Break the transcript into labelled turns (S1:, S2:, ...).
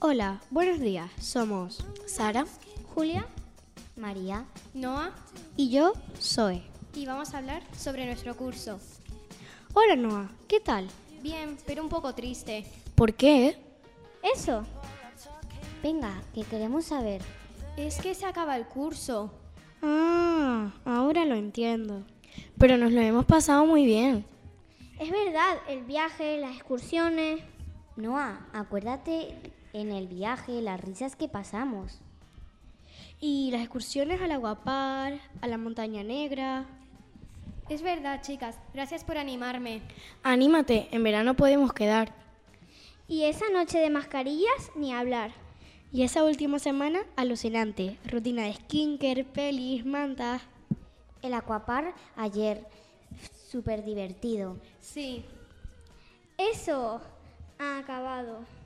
S1: Hola, buenos días. Somos
S2: Sara
S3: Julia, María.
S4: Noah
S1: y yo, Zoe.
S4: y vamos a hablar sobre nuestro curso.
S1: Hola, Noah. ¿Qué tal?
S4: Bien, pero un poco triste.
S2: ¿Por qué?
S3: Eso. Venga, que queremos saber.
S4: Es que se acaba el curso.
S1: Ah, ahora lo entiendo.
S2: Pero nos lo hemos pasado muy bien.
S5: Es verdad, el viaje, las excursiones.
S3: Noah, acuérdate en el viaje las risas que pasamos.
S1: Y las excursiones al Aguapar, a la Montaña Negra.
S4: Es verdad, chicas. Gracias por animarme.
S2: Anímate, en verano podemos quedar.
S5: Y esa noche de mascarillas, ni hablar.
S1: Y esa última semana, alucinante. Rutina de skinker, pelis, mantas.
S3: El acuapar ayer, súper divertido.
S4: Sí.
S5: Eso ha acabado.